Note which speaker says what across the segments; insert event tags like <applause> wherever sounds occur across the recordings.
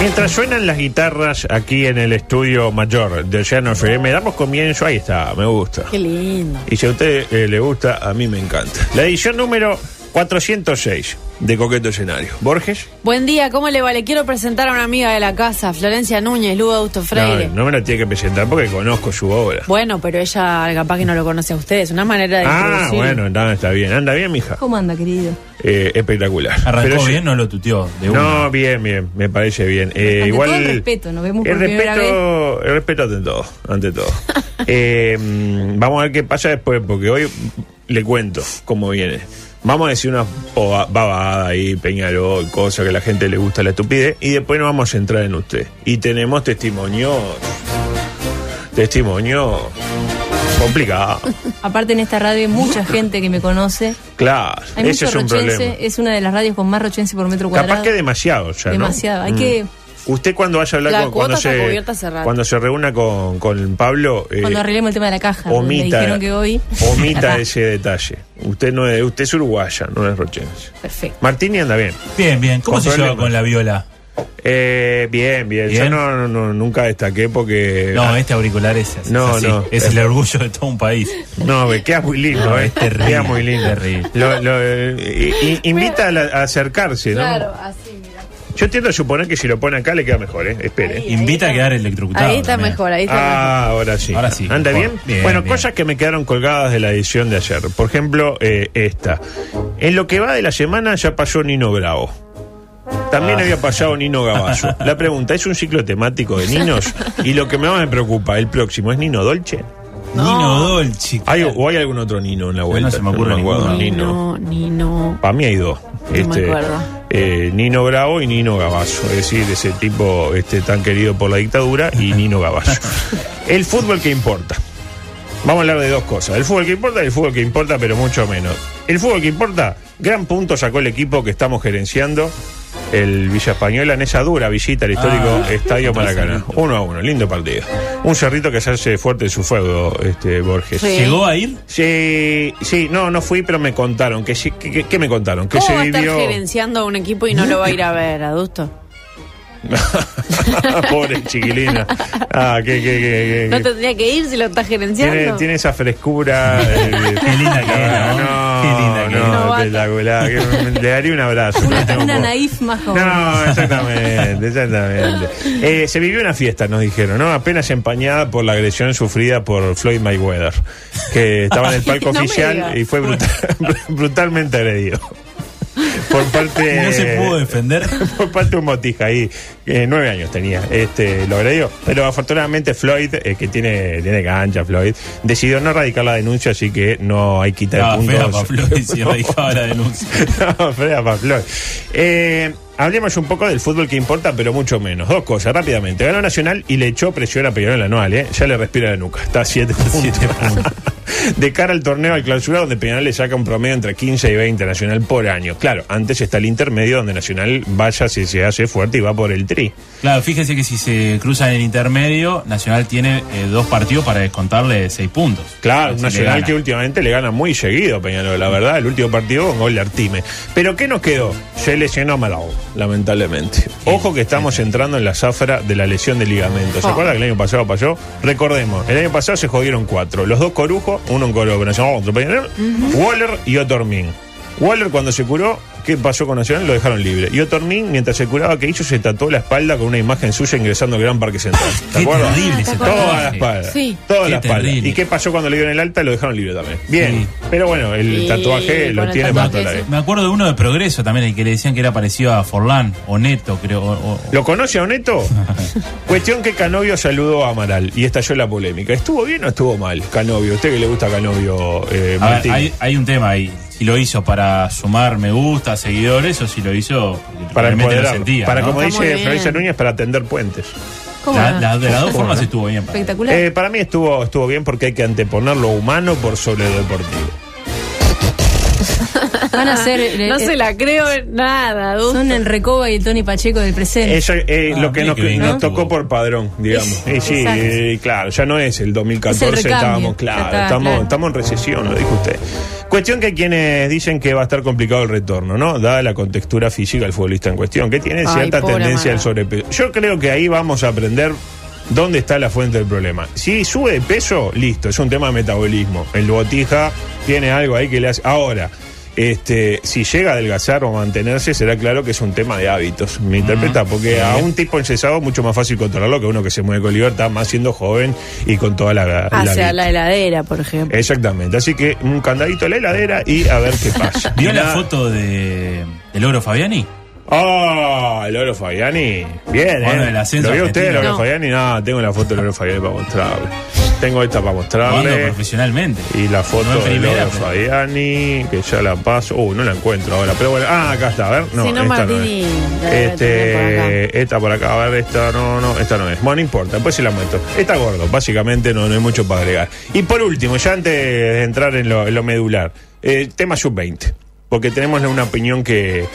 Speaker 1: Mientras suenan las guitarras aquí en el estudio mayor de Océano FM, damos comienzo. Ahí está, me gusta.
Speaker 2: Qué lindo.
Speaker 1: Y si a usted eh, le gusta, a mí me encanta. La edición número 406 de Coqueto Escenario. Borges.
Speaker 2: Buen día, ¿cómo le va? Le quiero presentar a una amiga de la casa, Florencia Núñez, Lugo Augusto Freire.
Speaker 1: No, no me la tiene que presentar porque conozco su obra.
Speaker 2: Bueno, pero ella capaz que no lo conoce a ustedes. Una manera de
Speaker 1: Ah,
Speaker 2: introducir.
Speaker 1: bueno, anda, está bien. Anda bien, mija.
Speaker 3: ¿Cómo anda, querido?
Speaker 1: Eh, espectacular.
Speaker 4: Arrancó
Speaker 1: Pero sí-
Speaker 4: bien, no lo tuteó. De una.
Speaker 1: No, bien, bien, me parece bien. Eh,
Speaker 3: Ante
Speaker 1: igual,
Speaker 3: todo el respeto, nos vemos por
Speaker 1: el
Speaker 3: primera
Speaker 1: respeto, El respeto ante todo, ante
Speaker 3: <laughs>
Speaker 1: todo. Eh, mm, vamos a ver qué pasa después, porque hoy le cuento cómo viene. Vamos a decir una boba- babada ahí, Peñarol, cosa que a la gente le gusta la estupidez, y después nos vamos a entrar en usted. Y tenemos testimonios. Testimonios.
Speaker 3: <laughs>
Speaker 1: Complicado.
Speaker 3: Aparte, en esta radio
Speaker 1: <laughs>
Speaker 3: hay mucha gente que me conoce.
Speaker 1: Claro,
Speaker 3: Hay
Speaker 1: ese
Speaker 3: mucho
Speaker 1: es un
Speaker 3: rochense. eh,
Speaker 1: problema.
Speaker 3: Es una de las radios con más rochense por metro cuadrado.
Speaker 1: Capaz que demasiado ya, ¿no? Mm.
Speaker 3: Demasiado, hay que-
Speaker 1: Usted cuando vaya a hablar
Speaker 2: La
Speaker 1: con... Cuando
Speaker 2: cuota está
Speaker 1: se,
Speaker 2: cubierta hace rato.
Speaker 1: cuando se reúna con, con Pablo... eh,
Speaker 3: Cuando arreglemos el tema de la caja, donde
Speaker 1: omita,
Speaker 3: dijeron que hoy. <laughs> Ah,
Speaker 1: omita ese detalle. Usted no es, usted es uruguaya, no es rochense.
Speaker 3: Perfecto.
Speaker 1: Martini anda bien.
Speaker 4: Bien, bien. ¿Cómo
Speaker 1: Con
Speaker 4: se lleva
Speaker 1: problemas.
Speaker 4: con la viola?
Speaker 1: Eh, bien, bien. Yo
Speaker 4: Bien.
Speaker 1: no, no- no- nunca destaqué porque...
Speaker 4: No, este auricular es así.
Speaker 1: Eh, ah. No,
Speaker 4: es, así.
Speaker 1: no.
Speaker 4: es el orgullo de todo un país.
Speaker 1: No, me queda muy lindo,
Speaker 4: No,
Speaker 1: eh.
Speaker 4: es terrible,
Speaker 1: Queda muy lindo.
Speaker 4: terrible.
Speaker 1: Lo- lo, eh, i- i- invita a, la- a acercarse, ¿no?
Speaker 2: Claro, así, mira.
Speaker 1: Yo tiendo a suponer que si lo pone acá le queda mejor, ¿eh? Espere.
Speaker 4: Invita a quedar electrocutado.
Speaker 2: Ahí está
Speaker 4: también.
Speaker 2: mejor, ahí está
Speaker 1: Ah, ahora sí.
Speaker 4: Ahora sí,
Speaker 1: ¿Anda
Speaker 4: mejor.
Speaker 1: bien?
Speaker 4: Bien,
Speaker 1: Bueno,
Speaker 4: bien.
Speaker 1: cosas que me quedaron colgadas de la edición de ayer. Por ejemplo, eh, esta. En lo que va de la semana ya pasó Nino Bravo. También
Speaker 4: Ah.
Speaker 1: había pasado Nino
Speaker 4: <laughs>
Speaker 1: Gavazo. La pregunta, ¿es un ciclo temático de ninos? Y lo que más me preocupa, el próximo, ¿es Nino Dolce?
Speaker 4: Nino Dolce.
Speaker 1: ¿Hay, ¿O hay algún otro Nino en la vuelta?
Speaker 4: Eh. se me ocurre
Speaker 1: acuerdo.
Speaker 2: mejor. Ni
Speaker 1: Nino.
Speaker 2: no, ni no.
Speaker 1: Para mí hay dos. este,
Speaker 2: No me acuerdo.
Speaker 1: eh, Nino Bravo y Nino Gavazo. Es decir, ese tipo este, tan querido por la dictadura y Nino Gavazo. el fútbol que importa. Vamos a hablar de dos cosas. El fútbol que importa y el fútbol que importa, pero mucho menos. El fútbol que importa, gran punto sacó el equipo que estamos gerenciando. El Villa Española en esa dura visita al histórico
Speaker 4: Ah,
Speaker 1: Estadio
Speaker 4: contra
Speaker 1: Maracaná.
Speaker 4: Cerrito.
Speaker 1: Uno a uno, lindo partido. Un cerrito que se hace fuerte en su fuego, este, Borges.
Speaker 2: Sí.
Speaker 4: ¿Llegó a ir?
Speaker 1: Sí, sí, no, no fui, pero me contaron. que sí- que- que- ¿Qué me contaron? Que
Speaker 2: ¿Cómo
Speaker 1: se
Speaker 2: va a estar
Speaker 1: vivió.
Speaker 2: gerenciando a un equipo y no lo va a ir a ver, adusto?
Speaker 1: <laughs> Pobre chiquilina. Ah, que. que, que- que-
Speaker 2: No tendría que ir si lo está gerenciando.
Speaker 1: tiene, tiene esa frescura. eh,
Speaker 4: <laughs> Qué linda que es,
Speaker 1: <laughs>
Speaker 4: ¿no?
Speaker 1: No,
Speaker 4: Qué linda que
Speaker 1: no,
Speaker 4: es.
Speaker 2: Novata.
Speaker 1: espectacular. que- Le daría un abrazo. <laughs> no
Speaker 3: Una,
Speaker 1: tengo
Speaker 3: una
Speaker 1: por-
Speaker 3: naif más joven.
Speaker 1: No, exactamente, exactamente. Eh, se vivió una fiesta, nos dijeron, ¿no? Apenas empañada por la agresión sufrida por Floyd Mayweather, que estaba
Speaker 2: <laughs>
Speaker 1: en el palco
Speaker 2: No me
Speaker 1: oficial
Speaker 2: digas.
Speaker 1: y fue brutal- <laughs> brutalmente agredido. Por parte.
Speaker 4: No se pudo defender.
Speaker 1: <laughs> Por parte de un botija ahí, eh, nueve años tenía, este, lo agredió. Pero afortunadamente Floyd, eh, que tiene, tiene cancha Floyd, decidió no radicar la denuncia, así que no hay quita de
Speaker 4: Estaba
Speaker 1: puntos.
Speaker 4: fea para Floyd si radicaba la denuncia.
Speaker 1: <laughs> No, Freya Paflor. Eh, hablemos un poco del fútbol que importa, pero mucho menos. Dos cosas, rápidamente. Ganó Nacional y le echó presión a Peñarol en la anual, ¿eh? Ya le respira la nuca. Está a 7
Speaker 4: Siete
Speaker 1: puntos. De cara al torneo al clausura, donde Peñarol le saca un promedio entre 15 y 20 a Nacional por año. Claro, antes está el intermedio donde Nacional vaya si se hace fuerte y va por el tri.
Speaker 4: Claro, fíjese que si se cruzan en el intermedio, Nacional tiene eh, dos partidos para descontarle seis puntos.
Speaker 1: Claro, un
Speaker 4: Si le
Speaker 1: Nacional
Speaker 4: gana.
Speaker 1: que últimamente le gana muy seguido a Peñarol, la verdad, el último partido con gol de Artime. Pero ¿qué nos quedó? Se lesionó Malau, lamentablemente. Ojo que estamos entrando en la zafra de la lesión de ligamento. ¿Se
Speaker 2: Ah.
Speaker 1: acuerda que el año pasado pasó? Recordemos, el año pasado se jodieron cuatro. Los dos Corujo, uno en Coro, Nacional, otro Peñarol, Waller y Otormin. Waller cuando se curó, ¿qué pasó con Nacional? Lo dejaron libre. Y Otormin, mientras se curaba, ¿qué hizo? Se tatuó la espalda con una imagen suya ingresando al Gran Parque Central. ¿Te
Speaker 4: Qué
Speaker 1: acuerdas?
Speaker 4: terrible ese
Speaker 1: Toda la
Speaker 4: tatuaje.
Speaker 1: espalda.
Speaker 2: Sí.
Speaker 1: Toda
Speaker 4: Qué
Speaker 1: la espalda.
Speaker 4: terrible.
Speaker 1: ¿Y qué pasó cuando le dieron el alta? Lo dejaron libre también. Bien.
Speaker 4: Sí.
Speaker 1: Pero bueno, el
Speaker 2: Sí,
Speaker 1: tatuaje
Speaker 2: con
Speaker 1: lo
Speaker 2: el
Speaker 1: tiene para
Speaker 2: tatuaje
Speaker 1: toda la
Speaker 2: ese.
Speaker 1: vida.
Speaker 4: Me acuerdo de uno de Progreso también, el que le decían que era parecido a Forlán o Neto, creo. o- o-
Speaker 1: ¿Lo conoce a
Speaker 2: <laughs>
Speaker 1: Oneto? Cuestión que Canovio saludó a Amaral y estalló la polémica. ¿Estuvo bien o estuvo mal Canovio? ¿Usted que le gusta a Canovio, eh,
Speaker 4: A ver,
Speaker 1: Martín?
Speaker 4: hay, hay un tema ahí. si lo hizo para sumar me gusta, seguidores, o si lo hizo porque
Speaker 1: Para
Speaker 4: realmente lo
Speaker 1: empoderar.
Speaker 4: sentía.
Speaker 1: para,
Speaker 4: ¿no?
Speaker 1: como
Speaker 2: Está muy
Speaker 1: dice
Speaker 2: bien.
Speaker 1: Florencia Núñez, para tender puentes.
Speaker 3: ¿Cómo
Speaker 4: La-
Speaker 3: no?
Speaker 4: la- de las dos formas
Speaker 1: no?
Speaker 4: estuvo bien. para mí.
Speaker 3: Espectacular.
Speaker 1: Eh, para mí estuvo, estuvo bien porque hay que anteponer lo humano por sobre lo deportivo.
Speaker 3: Van a ser.
Speaker 2: <laughs>
Speaker 3: eh,
Speaker 2: No
Speaker 3: eh,
Speaker 2: se la creo en nada, Dusto.
Speaker 3: Son el Recoba y el Tony Pacheco del presente.
Speaker 1: Eso es eh,
Speaker 4: Ah,
Speaker 1: lo que
Speaker 4: mira
Speaker 1: nos,
Speaker 4: qué bien
Speaker 1: nos
Speaker 4: que
Speaker 1: tocó
Speaker 4: estuvo.
Speaker 1: por padrón, digamos.
Speaker 3: Es-
Speaker 1: Y sí,
Speaker 3: exacto.
Speaker 1: eh, claro, ya no es el 2014,
Speaker 3: Es el recambio,
Speaker 1: estábamos,
Speaker 3: ya
Speaker 1: claro,
Speaker 3: está,
Speaker 1: estamos,
Speaker 3: claro.
Speaker 1: estamos en recesión, lo dijo usted. Cuestión que hay quienes dicen que va a estar complicado el retorno, ¿no? Dada la contextura física del futbolista en cuestión, que tiene
Speaker 2: Ay,
Speaker 1: cierta
Speaker 2: pobre
Speaker 1: tendencia
Speaker 2: madre.
Speaker 1: al sobrepeso. Yo creo que ahí vamos a aprender dónde está la fuente del problema. Si sube de peso, listo, es un tema de metabolismo. El botija tiene algo ahí que le hace. Ahora. Este, si llega a adelgazar o mantenerse, será claro que es un tema de hábitos. Me interpreta, porque a un tipo encesado es mucho más fácil controlarlo que a uno que se mueve con libertad, más siendo joven y con toda la. la
Speaker 2: Hacia
Speaker 1: vida.
Speaker 2: Ah, la heladera, por ejemplo.
Speaker 1: Exactamente. Así que un candadito a la heladera y a ver qué pasa.
Speaker 4: <laughs> ¿Vio la
Speaker 1: Nada-
Speaker 4: foto de, del Ogro Fabiani?
Speaker 1: ¡Ah! el Oro Fabiani. Bien,
Speaker 4: Bueno,
Speaker 1: ¿eh?
Speaker 4: el ascenso
Speaker 1: ¿Lo vio usted, el Oro
Speaker 4: argentino.
Speaker 1: Fabiani? No, tengo la foto del Oro Fabiani para mostrarle. Tengo esta para
Speaker 4: Jugando
Speaker 1: mostrarle.
Speaker 4: profesionalmente.
Speaker 1: Ah, Y la
Speaker 4: No
Speaker 1: foto
Speaker 4: en
Speaker 1: del
Speaker 4: primera,
Speaker 1: Oro
Speaker 4: pero-
Speaker 1: Fabiani, que ya la paso. Uh, no la encuentro ahora. Pero bueno, ah, acá está, a ver. No,
Speaker 2: Si no,
Speaker 1: esta
Speaker 2: Martini,
Speaker 1: no
Speaker 2: la
Speaker 1: es.
Speaker 2: debe tener
Speaker 1: Este, esta por acá, a ver, esta no, no, esta no es. Bueno, no importa, después se la muestro. Está gordo, básicamente no, no hay mucho para agregar. Y por último, ya antes de entrar en lo, en lo medular, eh, tema sub-20, porque tenemos una opinión que,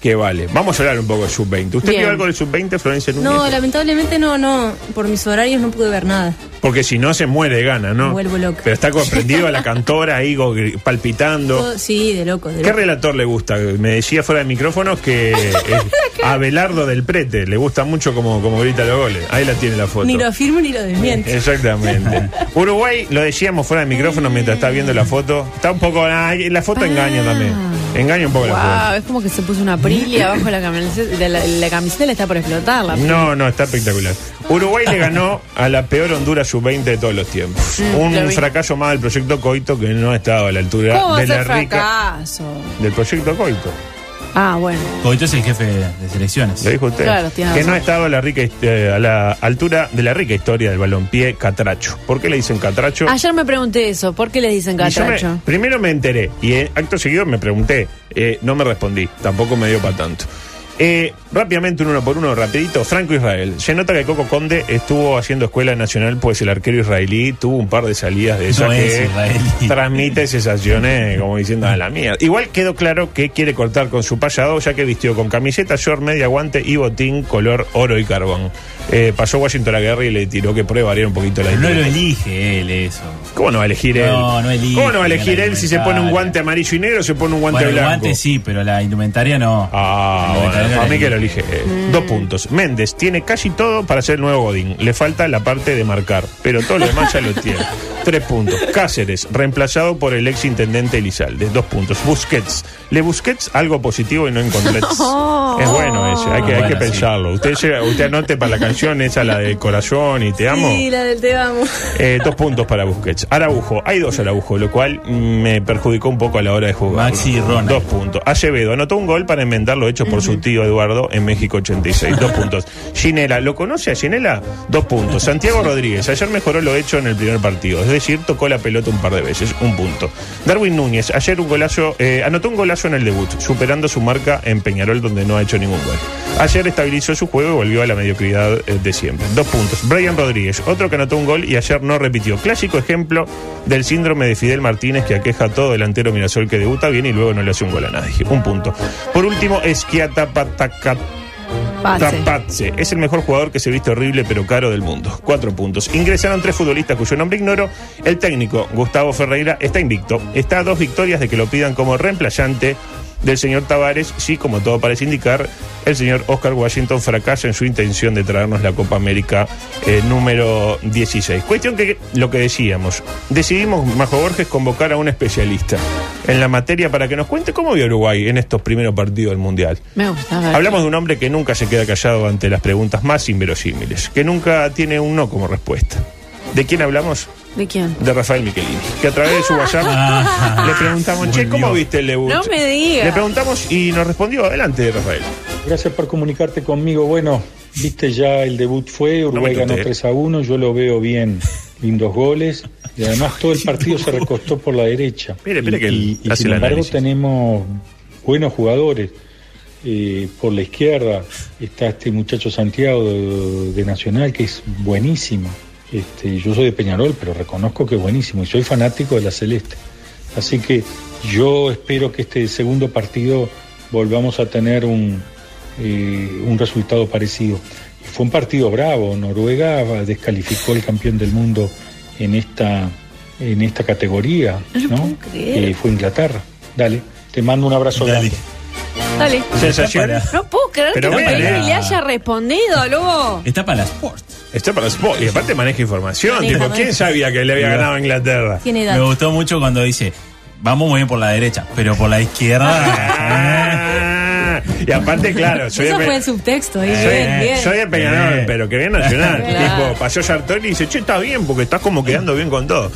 Speaker 1: que vale. Vamos a hablar un poco de sub-20. ¿Usted
Speaker 2: Bien.
Speaker 1: vio algo del sub-20, Florencia Núñez?
Speaker 3: No, lamentablemente no, no. Por mis horarios no pude ver nada.
Speaker 1: Porque si no, se muere de gana, ¿no?
Speaker 3: Me vuelvo loca.
Speaker 1: Pero está comprendido a la cantora ahí go- gri- palpitando.
Speaker 3: Todo- sí, de loco, de
Speaker 1: ¿Qué
Speaker 3: loco.
Speaker 1: relator le gusta? Me decía fuera de micrófonos
Speaker 2: <laughs>
Speaker 1: que eh, a Abelardo del Prete le gusta mucho como, como grita los goles. Ahí la tiene la foto. Eh,
Speaker 3: Ni lo afirmo ni lo desmiento.
Speaker 1: Exactamente.
Speaker 2: <laughs>
Speaker 1: Uruguay, lo decíamos fuera de micrófono mientras está viendo la foto. Está un poco. ah, la foto engaña también. Engaña un poco la
Speaker 2: Wow, es como que se puso una prilia abajo de la camiseta, de la, la camiseta le está por explotarla.
Speaker 1: foto. No, no, está espectacular. Uruguay le ganó a la peor Honduras sub-20 de todos los tiempos.
Speaker 2: Mm, lo
Speaker 1: un
Speaker 2: vi.
Speaker 1: fracaso más del proyecto Coito que no ha estado a la altura
Speaker 2: ¿Cómo va
Speaker 1: de
Speaker 2: a
Speaker 1: la
Speaker 2: ser
Speaker 1: rica.
Speaker 2: fracaso?
Speaker 1: Del proyecto Coito.
Speaker 2: Ah, bueno.
Speaker 4: Coito es el jefe de selecciones.
Speaker 1: Lo dijo usted.
Speaker 2: Claro, tiene
Speaker 1: que
Speaker 2: razón.
Speaker 1: no ha estado a la, rica, hist- eh, a la altura de la rica historia del balompié catracho. ¿Por qué le dicen catracho?
Speaker 2: Ayer me pregunté eso, ¿por qué les dicen
Speaker 1: Y yo me-
Speaker 2: Ah, catracho?
Speaker 1: primero me enteré y eh, acto seguido me pregunté. Eh, no me respondí, tampoco me dio para tanto. Eh, rápidamente, un uno por uno, rapidito, Franco Israel. Se nota que Coco Conde estuvo haciendo escuela nacional, pues el arquero israelí tuvo un par de salidas de esas
Speaker 4: No es
Speaker 1: que <laughs>
Speaker 4: israelí.
Speaker 1: transmite sensaciones como diciendo a la mierda. Igual quedó claro que quiere cortar con su payado, ya que vistió con camiseta, short, media guante y botín color oro y carbón. Eh, pasó Washington a la guerra y le tiró que prueba variar un poquito la
Speaker 4: Pero no
Speaker 1: idea.
Speaker 4: lo elige él eso.
Speaker 1: ¿Cómo no va a elegir él?
Speaker 4: No, no elige,
Speaker 1: ¿Cómo no va a elegir
Speaker 4: la
Speaker 1: él si se pone un
Speaker 4: indumentaria.
Speaker 1: guante amarillo y negro o se pone un guante
Speaker 4: bueno, el
Speaker 1: blanco?
Speaker 4: guante sí, pero la indumentaria no.
Speaker 1: Ah,
Speaker 4: La
Speaker 1: bueno,
Speaker 4: indumentaria
Speaker 1: para
Speaker 4: no
Speaker 1: mí
Speaker 4: la
Speaker 1: que lo elige. él.
Speaker 3: Mm.
Speaker 1: Dos puntos. Méndez tiene casi todo para ser el nuevo Godín. Le falta la parte de marcar, pero todo lo demás ya lo
Speaker 3: <laughs>
Speaker 1: tiene. Tres puntos. Cáceres, reemplazado por el ex intendente Elizalde. Dos puntos. Busquets. Le Busquets algo positivo y no encontré.
Speaker 3: <laughs> Oh.
Speaker 1: es bueno ese, hay que, hay que
Speaker 4: Bueno, sí.
Speaker 1: pensarlo. Usted, llega- usted anote para la canción esa, la de corazón y te amo.
Speaker 3: Sí, la del te amo.
Speaker 1: Eh, dos puntos para Busquets. Araujo, hay dos Araujo, lo cual mm, me perjudicó un poco a la hora de jugar.
Speaker 4: Maxi y Ronald.
Speaker 1: Dos puntos. Acevedo anotó un gol para enmendar lo hecho por su tío Eduardo en México 86. Dos puntos. Ginela, ¿lo conoce a Ginela? Dos puntos. Santiago Rodríguez, ayer mejoró lo hecho en el primer partido. Es decir, tocó la pelota un par de veces. Un punto. Darwin Núñez, ayer un golazo, eh, anotó un golazo en el debut, superando su marca en Peñarol, donde no ha hecho ningún gol. Ayer estabilizó su juego y volvió a la mediocridad eh, de siempre. Dos puntos. Brian Rodríguez, otro que anotó un gol y ayer no repitió. Clásico ejemplo del síndrome de Fidel Martínez que aqueja a todo delantero Mirasol que debuta bien y luego no le hace un gol a nadie. Un punto. Por último, Esquiata
Speaker 2: Pase.
Speaker 1: Tapatze. Es el mejor jugador que se viste horrible pero caro del mundo. Cuatro puntos. Ingresaron tres futbolistas cuyo nombre ignoro. El técnico, Gustavo Ferreira, está invicto. Está a dos victorias de que lo pidan como reemplazante del señor Tavares. Sí, como todo parece indicar, el señor Oscar Washington fracasa en su intención de traernos la Copa América eh, número 16. Cuestión que lo que decíamos. Decidimos, Majo Borges, convocar a un especialista en la materia para que nos cuente cómo vio Uruguay en estos primeros partidos del Mundial.
Speaker 2: Me gusta. a
Speaker 3: Ah.
Speaker 2: ver.
Speaker 1: Hablamos de un hombre que nunca se queda callado ante las preguntas más inverosímiles, que nunca tiene un no como respuesta. ¿De quién hablamos?
Speaker 2: ¿De quién?
Speaker 1: De Rafael Michelini, que a través de su WhatsApp le preguntamos, che, ¿cómo
Speaker 4: Ah. Volvió.
Speaker 1: viste el debut?
Speaker 2: No me digas.
Speaker 1: Le preguntamos y nos respondió, adelante Rafael.
Speaker 5: Gracias por comunicarte conmigo. Bueno, viste ya el debut fue, Uruguay
Speaker 1: No me
Speaker 5: ganó
Speaker 1: tutee.
Speaker 5: 3 a 1, yo lo veo bien. lindos goles. Y además todo el
Speaker 1: <laughs>
Speaker 5: partido se recostó por la derecha.
Speaker 1: Mire, mire
Speaker 5: Y-
Speaker 1: que él
Speaker 5: y, y
Speaker 1: hace
Speaker 5: sin
Speaker 1: el
Speaker 5: embargo
Speaker 1: análisis.
Speaker 5: tenemos buenos jugadores. Eh, por la izquierda está este muchacho Santiago de, de Nacional, que es buenísimo. Este, yo soy de Peñarol, pero reconozco que es buenísimo y soy fanático de la Celeste. Así que yo espero que este segundo partido volvamos a tener un, eh, un resultado parecido. Y fue un partido bravo. Noruega descalificó el campeón del mundo en esta, en esta categoría.
Speaker 3: No lo
Speaker 5: ¿no?
Speaker 3: puedo creer.
Speaker 5: Eh, fue Inglaterra. Dale, te mando un abrazo
Speaker 4: Dale.
Speaker 5: grande.
Speaker 2: Dale.
Speaker 1: Sensación.
Speaker 4: Está para,
Speaker 2: No puedo creer
Speaker 1: Pero
Speaker 2: que
Speaker 1: mira,
Speaker 2: Pellegrini
Speaker 4: mira.
Speaker 2: le haya respondido, lobo.
Speaker 4: <laughs> está para la Sport.
Speaker 1: Está para Sport. Y aparte maneja información.
Speaker 3: Maneja,
Speaker 1: tipo,
Speaker 3: maneja.
Speaker 1: ¿quién sabía que le había ganado a Inglaterra?
Speaker 3: Tiene
Speaker 4: Me
Speaker 3: edad.
Speaker 4: gustó mucho cuando dice, vamos muy bien por la derecha, pero por
Speaker 1: <laughs>
Speaker 4: la izquierda... eh".
Speaker 1: Ah, y aparte, claro, soy
Speaker 3: Eso
Speaker 1: de,
Speaker 3: fue
Speaker 1: Pe-
Speaker 3: el subtexto. ahí,
Speaker 1: soy-
Speaker 3: bien, bien.
Speaker 1: soy de Peñarol,
Speaker 4: Bien.
Speaker 1: pero que bien nacional.
Speaker 2: Claro.
Speaker 1: Tipo, pasó Sartori y dice, che, está bien, porque estás como quedando bien con todo.